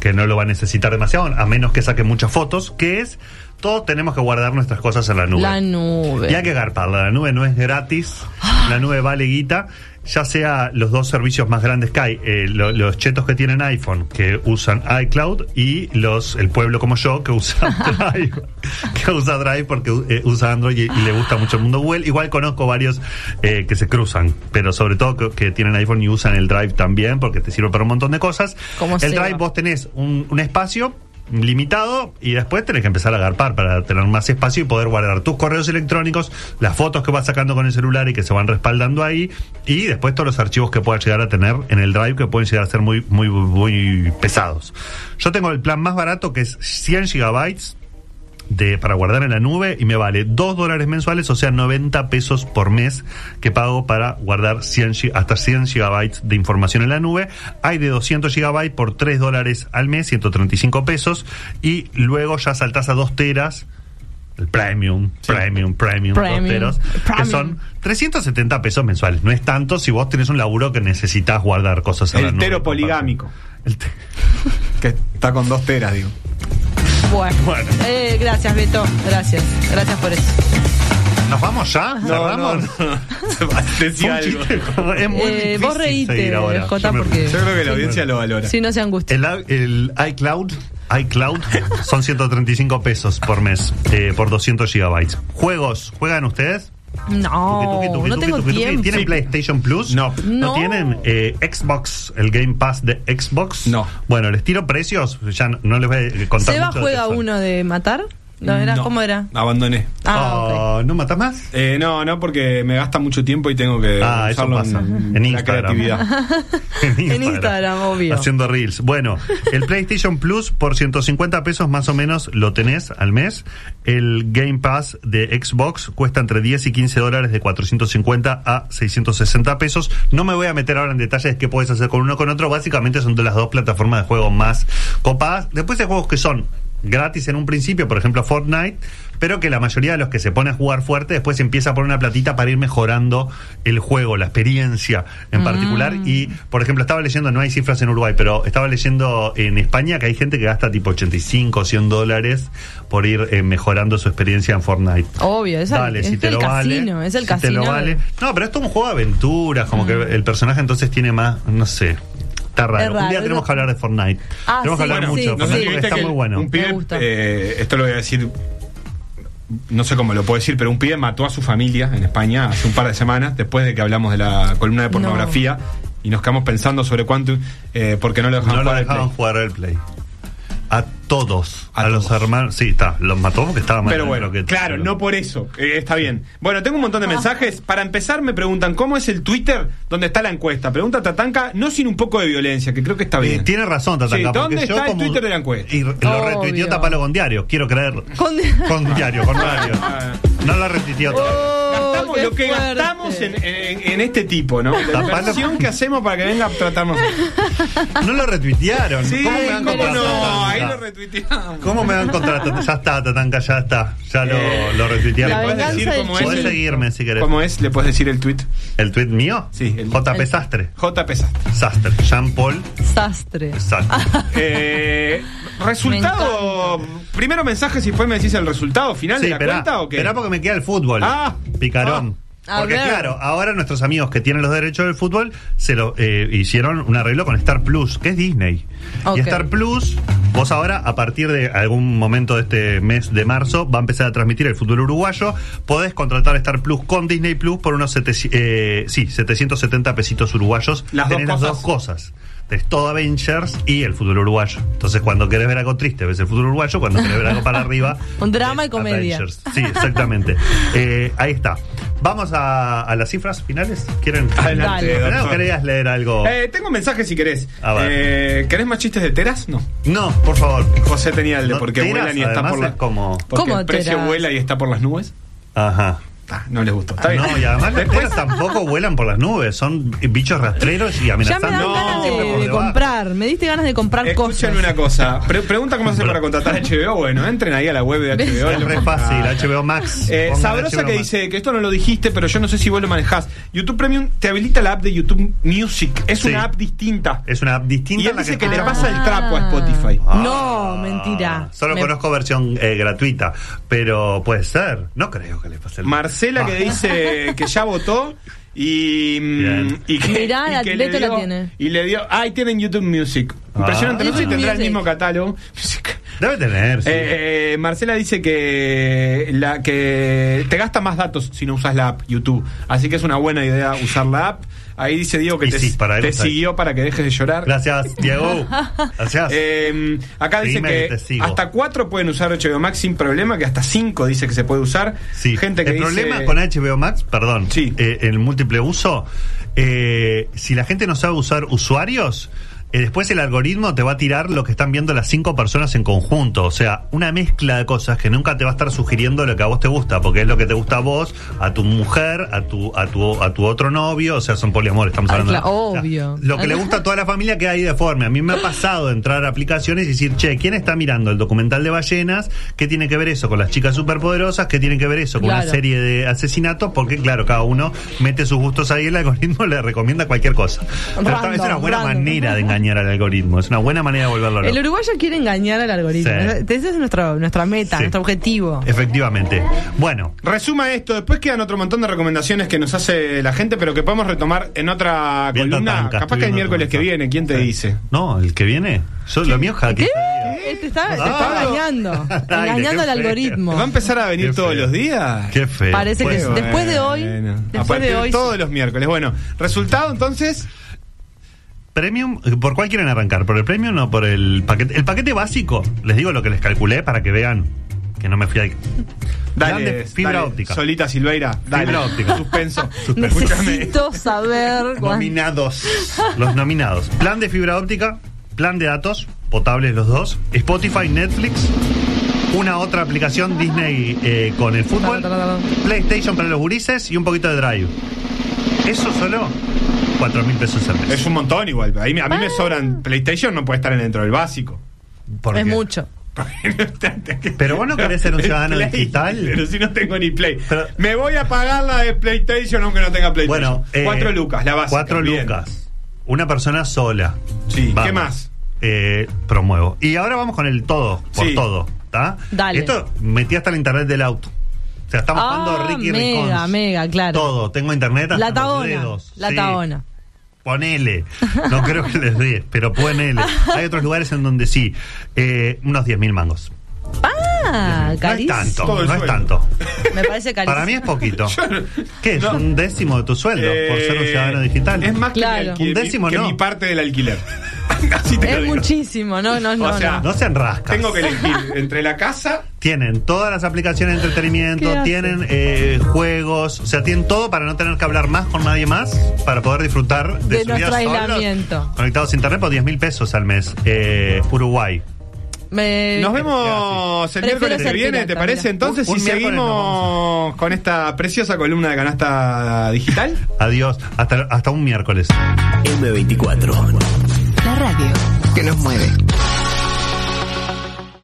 [SPEAKER 4] que no lo va a necesitar demasiado, a menos que saque muchas fotos, que es todos tenemos que guardar nuestras cosas en la nube.
[SPEAKER 2] La nube.
[SPEAKER 4] Y hay que garparla, la nube no es gratis, la nube vale guita, ya sea los dos servicios más grandes que hay, eh, lo- los chetos que tienen iPhone, que usan iCloud, y los el pueblo como yo, que usa Drive, que usa Drive porque eh, usa Android y, y le gusta mucho el mundo Google. Igual conozco varios eh, que se cruzan, pero sobre todo que, que tienen iPhone y usan el Drive también, porque te sirve para un montón de cosas.
[SPEAKER 2] Como
[SPEAKER 4] el
[SPEAKER 2] Seba.
[SPEAKER 4] Drive vos tenés un, un espacio limitado y después tenés que empezar a agarpar para tener más espacio y poder guardar tus correos electrónicos, las fotos que vas sacando con el celular y que se van respaldando ahí y después todos los archivos que puedas llegar a tener en el drive que pueden llegar a ser muy muy muy pesados. Yo tengo el plan más barato que es 100 gigabytes de, para guardar en la nube y me vale 2 dólares mensuales, o sea 90 pesos por mes que pago para guardar 100 gi- hasta 100 gigabytes de información en la nube. Hay de 200 gigabytes por 3 dólares al mes, 135 pesos. Y luego ya saltás a 2 teras. El premium, premium, premium, dos
[SPEAKER 2] Premium,
[SPEAKER 4] teros, que
[SPEAKER 2] premium.
[SPEAKER 4] son 370 pesos mensuales. No es tanto si vos tenés un laburo que necesitas guardar cosas en la
[SPEAKER 3] El
[SPEAKER 4] nube.
[SPEAKER 3] tero poligámico,
[SPEAKER 4] El te-
[SPEAKER 3] que está con dos teras, digo.
[SPEAKER 2] Bueno.
[SPEAKER 4] Bueno.
[SPEAKER 2] Eh, gracias, Beto. Gracias. Gracias por eso.
[SPEAKER 4] ¿Nos vamos ya? ¿Cerramos? Fue
[SPEAKER 3] Decía
[SPEAKER 4] un
[SPEAKER 3] algo.
[SPEAKER 4] chiste. Es muy
[SPEAKER 2] Eh,
[SPEAKER 4] difícil
[SPEAKER 2] vos reíte,
[SPEAKER 4] seguir ahora.
[SPEAKER 2] Jota,
[SPEAKER 4] Yo me-
[SPEAKER 2] porque-
[SPEAKER 3] Yo creo que la audiencia lo valora.
[SPEAKER 2] Si no se angustia.
[SPEAKER 4] El, el iCloud, iCloud son 135 pesos por mes, eh, por 200 gigabytes. Juegos, ¿juegan ustedes?
[SPEAKER 2] No,
[SPEAKER 4] Tuki, tuki, tuki,
[SPEAKER 2] Oh, no
[SPEAKER 4] tuki,
[SPEAKER 2] tengo
[SPEAKER 4] tuki, tuki.
[SPEAKER 2] tiempo.
[SPEAKER 4] ¿Tienen
[SPEAKER 3] Sí.
[SPEAKER 4] PlayStation Plus?
[SPEAKER 3] No.
[SPEAKER 2] No.
[SPEAKER 4] tienen eh, Xbox, el Game Pass de Xbox?
[SPEAKER 3] No.
[SPEAKER 4] Bueno, les tiro precios, ya no, no les voy a contar
[SPEAKER 2] ¿Seba
[SPEAKER 4] mucho de Oh,
[SPEAKER 2] juega
[SPEAKER 4] qué son.
[SPEAKER 2] uno de matar? ¿No era?
[SPEAKER 3] No,
[SPEAKER 2] ¿Cómo era?
[SPEAKER 3] Abandoné.
[SPEAKER 2] Ah, ok.
[SPEAKER 4] Oh, ¿No matas más?
[SPEAKER 3] Eh, no, no, porque me gasta mucho tiempo y tengo que
[SPEAKER 4] Ah, eso
[SPEAKER 3] usarlo
[SPEAKER 4] pasa. En
[SPEAKER 3] la
[SPEAKER 4] Instagram.
[SPEAKER 3] creatividad.
[SPEAKER 2] En Instagram, obvio.
[SPEAKER 4] Haciendo reels. Bueno, el PlayStation Plus por 150 pesos más o menos lo tenés al mes. El Game Pass de Xbox cuesta entre 10 y 15 dólares de 450 a 660 pesos. No me voy a meter ahora en detalles de qué puedes hacer con uno o con otro. Básicamente son de las dos plataformas de juego más copadas. Después hay juegos que son gratis en un principio, por ejemplo Fortnite, pero que la mayoría de los que se pone a jugar fuerte después empieza a poner una platita para ir mejorando el juego, la experiencia
[SPEAKER 2] Mm.
[SPEAKER 4] en particular. Y, por ejemplo, estaba leyendo, no hay cifras en Uruguay, pero estaba leyendo en España que hay gente que gasta tipo 85, 100 dólares por ir eh, mejorando su experiencia en Fortnite.
[SPEAKER 2] Obvio, Oh, es, al-
[SPEAKER 4] Dale,
[SPEAKER 2] es
[SPEAKER 4] si te
[SPEAKER 2] el
[SPEAKER 4] lo
[SPEAKER 2] casino.
[SPEAKER 4] vale.
[SPEAKER 2] Es el
[SPEAKER 4] si
[SPEAKER 2] casino.
[SPEAKER 4] Te lo vale. No, pero esto es un juego de aventuras, como que el personaje entonces tiene más, no sé. Está raro. Un
[SPEAKER 2] raro,
[SPEAKER 4] día
[SPEAKER 2] es
[SPEAKER 4] tenemos
[SPEAKER 2] lo-
[SPEAKER 4] que hablar de Fortnite.
[SPEAKER 2] Ah, sí,
[SPEAKER 4] tenemos que
[SPEAKER 2] bueno,
[SPEAKER 4] hablar mucho de
[SPEAKER 2] sí,
[SPEAKER 3] no
[SPEAKER 4] Fortnite
[SPEAKER 3] sé si
[SPEAKER 2] sí.
[SPEAKER 4] porque
[SPEAKER 3] viste
[SPEAKER 4] está
[SPEAKER 3] que
[SPEAKER 4] muy bueno.
[SPEAKER 3] Un pibe,
[SPEAKER 2] Me gusta.
[SPEAKER 3] eh, esto lo voy a decir, no sé cómo lo puedo decir, pero un pibe mató a su familia en España hace un par de semanas, después de que hablamos de la columna de pornografía, y nos quedamos pensando sobre cuánto, eh, porque no lo dejaban
[SPEAKER 4] No lo
[SPEAKER 3] jugar al
[SPEAKER 4] dejaban
[SPEAKER 3] Play.
[SPEAKER 4] jugar al play. A todos. A,
[SPEAKER 3] A
[SPEAKER 4] los
[SPEAKER 3] todos.
[SPEAKER 4] hermanos. Sí, está. Los mató porque estaba mal.
[SPEAKER 3] Pero bueno, claro, no por eso. eh, está bien. Bueno, tengo un montón de mensajes. Para empezar, me preguntan cómo es el Twitter donde está la encuesta. Pregunta Tatanka, no sin un poco de violencia, que creo que está bien.
[SPEAKER 4] tiene razón, Tatanka.
[SPEAKER 3] Sí,
[SPEAKER 4] porque
[SPEAKER 3] ¿dónde
[SPEAKER 4] yo
[SPEAKER 3] está el
[SPEAKER 4] como-
[SPEAKER 3] Twitter de la encuesta?
[SPEAKER 4] Y re- lo retuiteó
[SPEAKER 2] Obvio.
[SPEAKER 4] Tapalo con diario, quiero creerlo.
[SPEAKER 2] Con-
[SPEAKER 4] Con diario, con radio.
[SPEAKER 3] Ah.
[SPEAKER 4] No lo retuiteó. Tapalo.
[SPEAKER 2] Oh,
[SPEAKER 3] Gastamos
[SPEAKER 2] qué
[SPEAKER 3] lo que
[SPEAKER 2] fuerte.
[SPEAKER 3] gastamos en, en- en este tipo, ¿no? La
[SPEAKER 4] Tapalo.
[SPEAKER 3] inversión que hacemos para que venga a tratarnos.
[SPEAKER 4] No lo retuitearon.
[SPEAKER 3] Sí,
[SPEAKER 4] ¿Cómo me van
[SPEAKER 3] ¿cómo
[SPEAKER 4] contratado,
[SPEAKER 3] no?
[SPEAKER 4] Tatanka?
[SPEAKER 3] Ahí lo retuiteamos.
[SPEAKER 4] ¿Cómo me van contratado? Ya está, Tatanka, ya está. Ya
[SPEAKER 3] Eh,
[SPEAKER 4] lo, lo retuitearon.
[SPEAKER 2] La
[SPEAKER 3] ¿Le
[SPEAKER 2] venganza
[SPEAKER 3] podés decir
[SPEAKER 2] del
[SPEAKER 3] cómo
[SPEAKER 4] Podés
[SPEAKER 3] es, el-
[SPEAKER 4] seguirme si querés.
[SPEAKER 3] cómo es? ¿Le puedes decir el tweet?
[SPEAKER 4] ¿El tweet mío?
[SPEAKER 3] Sí, el-
[SPEAKER 4] JP Sastre.
[SPEAKER 3] J. Pesastre.
[SPEAKER 4] Sastre. Jean Paul
[SPEAKER 2] Sastre.
[SPEAKER 4] Sastre.
[SPEAKER 3] Eh, resultado. Primero mensajes y después me decís el resultado final de la
[SPEAKER 4] esperá,
[SPEAKER 3] cuenta o qué.
[SPEAKER 4] esperá porque me queda el fútbol.
[SPEAKER 3] Ah.
[SPEAKER 4] Picarón.
[SPEAKER 2] Ah. A
[SPEAKER 4] Porque
[SPEAKER 2] ver.
[SPEAKER 4] claro, ahora nuestros amigos que tienen los derechos del fútbol se lo eh, hicieron un arreglo con Star Plus, que es Disney.
[SPEAKER 2] Ok.
[SPEAKER 4] Y Star Plus, vos ahora a partir de algún momento de este mes de marzo va a empezar a transmitir el fútbol uruguayo. Podés contratar Star Plus con Disney Plus por unos 700, eh, sí, 770 pesitos uruguayos.
[SPEAKER 3] Las dos
[SPEAKER 4] Tenés
[SPEAKER 3] cosas.
[SPEAKER 4] cosas. tenés todo Avengers y el fútbol uruguayo. Entonces, cuando querés ver algo triste, ves el fútbol uruguayo, cuando querés ver algo para arriba.
[SPEAKER 2] Un drama
[SPEAKER 4] ves
[SPEAKER 2] y comedia.
[SPEAKER 4] Avengers. Sí, exactamente. Eh, ahí está. Vamos a, a las cifras finales. ¿Quieren?
[SPEAKER 3] Adelante,
[SPEAKER 2] Dale.
[SPEAKER 4] ¿No
[SPEAKER 3] doctor.
[SPEAKER 4] querías leer algo?
[SPEAKER 3] Eh, tengo mensajes si querés.
[SPEAKER 4] A ver.
[SPEAKER 3] Eh, ¿Querés más chistes de teras? No.
[SPEAKER 4] No, por favor.
[SPEAKER 3] José tenía el de
[SPEAKER 4] No,
[SPEAKER 3] porque
[SPEAKER 4] teras,
[SPEAKER 3] vuelan y está
[SPEAKER 4] además,
[SPEAKER 3] por la-
[SPEAKER 4] es como-
[SPEAKER 3] porque
[SPEAKER 2] ¿Cómo
[SPEAKER 3] el precio
[SPEAKER 2] teras?
[SPEAKER 3] vuela y está por las nubes.
[SPEAKER 4] Ajá.
[SPEAKER 3] Ah, no les gustó. Está bien.
[SPEAKER 4] No, y además las telas tampoco vuelan por las nubes, son bichos rastreros y
[SPEAKER 2] Ya me
[SPEAKER 4] amenazantes.
[SPEAKER 2] dan
[SPEAKER 3] No,
[SPEAKER 2] ganas de,
[SPEAKER 4] siempre por
[SPEAKER 2] de
[SPEAKER 4] debajo.
[SPEAKER 2] comprar. Me diste ganas de comprar
[SPEAKER 3] Escuchen
[SPEAKER 2] cosas.
[SPEAKER 3] una cosa. Pre- pregunta cómo se hace para contratar HBO. Bueno, entren ahí a la web de HBO.
[SPEAKER 4] Es re fácil, HBO Max.
[SPEAKER 3] Ah. Eh,
[SPEAKER 4] Pongan
[SPEAKER 3] sabrosa
[SPEAKER 4] HBO
[SPEAKER 3] que
[SPEAKER 4] Max.
[SPEAKER 3] dice que esto no lo dijiste, pero yo no sé si vos lo manejás. YouTube Premium te habilita la app de YouTube Music. Es
[SPEAKER 4] Sí.
[SPEAKER 3] una app distinta.
[SPEAKER 4] Es una app distinta
[SPEAKER 3] Y
[SPEAKER 4] a
[SPEAKER 3] él
[SPEAKER 4] la
[SPEAKER 3] dice que le
[SPEAKER 4] escuchamos.
[SPEAKER 3] pasa el trapo a Spotify.
[SPEAKER 2] Ah. No, mentira.
[SPEAKER 4] Solo
[SPEAKER 2] Me-
[SPEAKER 4] conozco versión eh, gratuita, pero puede ser. No creo que le pase el
[SPEAKER 3] Marcela que
[SPEAKER 4] Ah.
[SPEAKER 3] dice que ya votó y, mm,
[SPEAKER 4] Bien.
[SPEAKER 3] y que,
[SPEAKER 2] Mirá,
[SPEAKER 3] y
[SPEAKER 2] la-
[SPEAKER 3] que
[SPEAKER 2] Beto la tiene.
[SPEAKER 3] Y le dio, ay, tienen YouTube Music.
[SPEAKER 4] Ah.
[SPEAKER 3] Impresionante, no sé si
[SPEAKER 2] YouTube
[SPEAKER 3] tendrá el
[SPEAKER 2] Music.
[SPEAKER 3] mismo catálogo. Music.
[SPEAKER 4] Debe tener. sí.
[SPEAKER 3] Eh, eh, Marcela dice que la que te gasta más datos si no usas la app YouTube, así que es una buena idea usar la app. Ahí dice Diego que
[SPEAKER 4] Y
[SPEAKER 3] te,
[SPEAKER 4] sí, para él
[SPEAKER 3] te
[SPEAKER 4] está ahí.
[SPEAKER 3] siguió para que dejes de llorar.
[SPEAKER 4] Gracias, Diego. Gracias.
[SPEAKER 3] Eh, acá dice
[SPEAKER 4] Dime que
[SPEAKER 3] que
[SPEAKER 4] te sigo.
[SPEAKER 3] hasta 4 pueden usar HBO Max sin problema, que hasta 5 dice que se puede usar.
[SPEAKER 4] Sí.
[SPEAKER 3] Gente que
[SPEAKER 4] el
[SPEAKER 3] dice-
[SPEAKER 4] problema con HBO Max, perdón,
[SPEAKER 3] Sí.
[SPEAKER 4] eh, el múltiple uso, eh, si la gente no sabe usar usuarios, eh, después el algoritmo te va a tirar lo que están viendo las cinco personas en conjunto. O sea, una mezcla de cosas que nunca te va a estar sugiriendo lo que a vos te gusta, porque es lo que te gusta a vos, a tu mujer, a tu, a tu, a tu otro novio. O sea, son poliamor, estamos
[SPEAKER 2] Ah,
[SPEAKER 4] hablando. de-
[SPEAKER 2] claro,
[SPEAKER 4] o sea,
[SPEAKER 2] obvio.
[SPEAKER 4] lo que le gusta a toda la familia queda ahí deforme. A mí me ha pasado de entrar a aplicaciones y decir, che, ¿quién está mirando el documental de ballenas? ¿Qué tiene que ver eso con las chicas superpoderosas? ¿Qué tiene que ver eso con una
[SPEAKER 2] Claro.
[SPEAKER 4] serie de asesinatos? Porque, claro, cada uno mete sus gustos ahí y el algoritmo le recomienda cualquier cosa. Pero esta vez es una
[SPEAKER 2] Random,
[SPEAKER 4] buena
[SPEAKER 2] random.
[SPEAKER 4] manera de engañar al algoritmo. Es una buena manera de volverlo
[SPEAKER 2] El
[SPEAKER 4] loco.
[SPEAKER 2] uruguayo quiere engañar al algoritmo.
[SPEAKER 4] Sí.
[SPEAKER 2] Esa es nuestra, nuestra meta,
[SPEAKER 4] Sí.
[SPEAKER 2] nuestro objetivo. ¿Eh?
[SPEAKER 4] Efectivamente. Bueno,
[SPEAKER 3] Resuma esto, después quedan otro montón de recomendaciones que nos hace la gente, pero que podemos retomar en otra
[SPEAKER 4] bien
[SPEAKER 3] columna.
[SPEAKER 4] tatanca,
[SPEAKER 3] Capaz
[SPEAKER 4] estoy
[SPEAKER 3] que el
[SPEAKER 4] viendo
[SPEAKER 3] miércoles
[SPEAKER 4] tu
[SPEAKER 3] que
[SPEAKER 4] mensaje.
[SPEAKER 3] viene, ¿quién te
[SPEAKER 4] Sí.
[SPEAKER 3] dice?
[SPEAKER 4] No, el que viene. Yo, lo mío es
[SPEAKER 2] ¿Qué?
[SPEAKER 4] jaque.
[SPEAKER 2] Te está, te
[SPEAKER 4] Ah.
[SPEAKER 2] está engañando.
[SPEAKER 4] Ay,
[SPEAKER 2] engañando
[SPEAKER 4] qué
[SPEAKER 2] al
[SPEAKER 4] feo.
[SPEAKER 2] algoritmo.
[SPEAKER 3] ¿Va a empezar a venir
[SPEAKER 4] Qué
[SPEAKER 3] todos
[SPEAKER 4] feo.
[SPEAKER 3] los días?
[SPEAKER 4] Qué feo.
[SPEAKER 2] Parece que
[SPEAKER 4] Bueno.
[SPEAKER 2] sí. Después de hoy,
[SPEAKER 3] Pues, Bueno,
[SPEAKER 2] después
[SPEAKER 3] a partir
[SPEAKER 2] de hoy,
[SPEAKER 3] Todos
[SPEAKER 2] sí.
[SPEAKER 3] los miércoles. Bueno, resultado entonces.
[SPEAKER 4] Premium, eh, ¿por cuál quieren arrancar? ¿Por el premium o por el paquete? El paquete básico, les digo lo que les calculé para que vean que no me fui ahí.
[SPEAKER 3] Dale,
[SPEAKER 4] Grande fibra
[SPEAKER 3] dale,
[SPEAKER 4] óptica.
[SPEAKER 3] Solita Silveira, dale.
[SPEAKER 4] Fibra óptica.
[SPEAKER 3] Suspenso. Escúchame.
[SPEAKER 2] Necesito saber. cuán-
[SPEAKER 4] Nominados. Los nominados. Plan de fibra óptica, plan de datos, potables los dos, Spotify, Netflix, una otra aplicación Disney eh, con el fútbol,
[SPEAKER 2] Tará, tará, tará.
[SPEAKER 4] PlayStation para los gurises y un poquito de Drive. Eso solo, 4 mil pesos al
[SPEAKER 3] Es
[SPEAKER 4] mes.
[SPEAKER 3] un montón igual. A mí, a
[SPEAKER 2] Ah.
[SPEAKER 3] mí me sobran PlayStation, no puede estar dentro del básico.
[SPEAKER 4] ¿Por
[SPEAKER 2] Es
[SPEAKER 4] qué?
[SPEAKER 2] mucho.
[SPEAKER 4] Pero vos no querés ser un ciudadano
[SPEAKER 3] Play,
[SPEAKER 4] digital.
[SPEAKER 3] Pero si no tengo ni Play.
[SPEAKER 4] Pero-
[SPEAKER 3] me voy a pagar la de PlayStation aunque no tenga PlayStation.
[SPEAKER 4] Bueno, eh,
[SPEAKER 3] cuatro lucas, la base.
[SPEAKER 4] Cuatro lucas. Una persona sola.
[SPEAKER 3] Sí, ¿qué más?
[SPEAKER 4] Eh, promuevo. Y ahora vamos con el todo, por
[SPEAKER 3] Sí.
[SPEAKER 4] todo. ¿tá?
[SPEAKER 2] Dale.
[SPEAKER 4] Esto metí hasta el internet del auto. O sea, estamos jugando
[SPEAKER 2] Ah,
[SPEAKER 4] Ricky
[SPEAKER 2] mega,
[SPEAKER 4] Ricón.
[SPEAKER 2] mega, claro.
[SPEAKER 4] Todo, tengo internet hasta
[SPEAKER 2] La
[SPEAKER 4] los
[SPEAKER 2] taona.
[SPEAKER 4] dedos.
[SPEAKER 2] La
[SPEAKER 4] Sí.
[SPEAKER 2] taona.
[SPEAKER 4] Ponele. No creo que les dé, pero ponele. Hay otros lugares en donde sí. Eh, unos 10.000 mangos.
[SPEAKER 2] Ah,
[SPEAKER 4] No es
[SPEAKER 2] carísimo.
[SPEAKER 3] Todo
[SPEAKER 4] tanto,
[SPEAKER 3] el
[SPEAKER 4] no es
[SPEAKER 3] sueldo.
[SPEAKER 4] tanto.
[SPEAKER 2] Me parece carísimo.
[SPEAKER 4] Para mí es poquito. ¿Qué? Es un décimo de tu sueldo por ser un
[SPEAKER 3] Eh,
[SPEAKER 4] ciudadano digital.
[SPEAKER 3] Es más que,
[SPEAKER 2] Claro.
[SPEAKER 3] mi, alqui-
[SPEAKER 4] Un décimo,
[SPEAKER 3] que
[SPEAKER 4] no.
[SPEAKER 3] mi parte del alquiler. Así te lo
[SPEAKER 2] Es
[SPEAKER 3] digo.
[SPEAKER 2] muchísimo. No, no, no.
[SPEAKER 3] sea,
[SPEAKER 2] no.
[SPEAKER 4] No se enrasca.
[SPEAKER 3] Tengo que elegir entre la casa
[SPEAKER 4] Tienen todas las aplicaciones de
[SPEAKER 2] ¿Qué
[SPEAKER 4] entretenimiento,
[SPEAKER 2] hace?
[SPEAKER 4] tienen eh, juegos, o sea, tienen todo para no tener que hablar más con nadie más, para poder disfrutar de,
[SPEAKER 2] De
[SPEAKER 4] su vida
[SPEAKER 2] nuestro
[SPEAKER 4] solos,
[SPEAKER 2] aislamiento.
[SPEAKER 4] conectados a internet por 10 mil pesos al mes. Eh, Uruguay.
[SPEAKER 2] Me-
[SPEAKER 3] Nos vemos el
[SPEAKER 2] Prefiero
[SPEAKER 3] miércoles que
[SPEAKER 2] ser
[SPEAKER 3] viene,
[SPEAKER 2] pirata,
[SPEAKER 3] ¿te parece?
[SPEAKER 2] mira.
[SPEAKER 3] Entonces,
[SPEAKER 4] Un- un
[SPEAKER 3] si
[SPEAKER 4] miércoles nos
[SPEAKER 3] seguimos con esta preciosa columna de canasta digital.
[SPEAKER 4] Adiós. Hasta, hasta un miércoles.
[SPEAKER 5] M24.
[SPEAKER 1] La radio que nos mueve.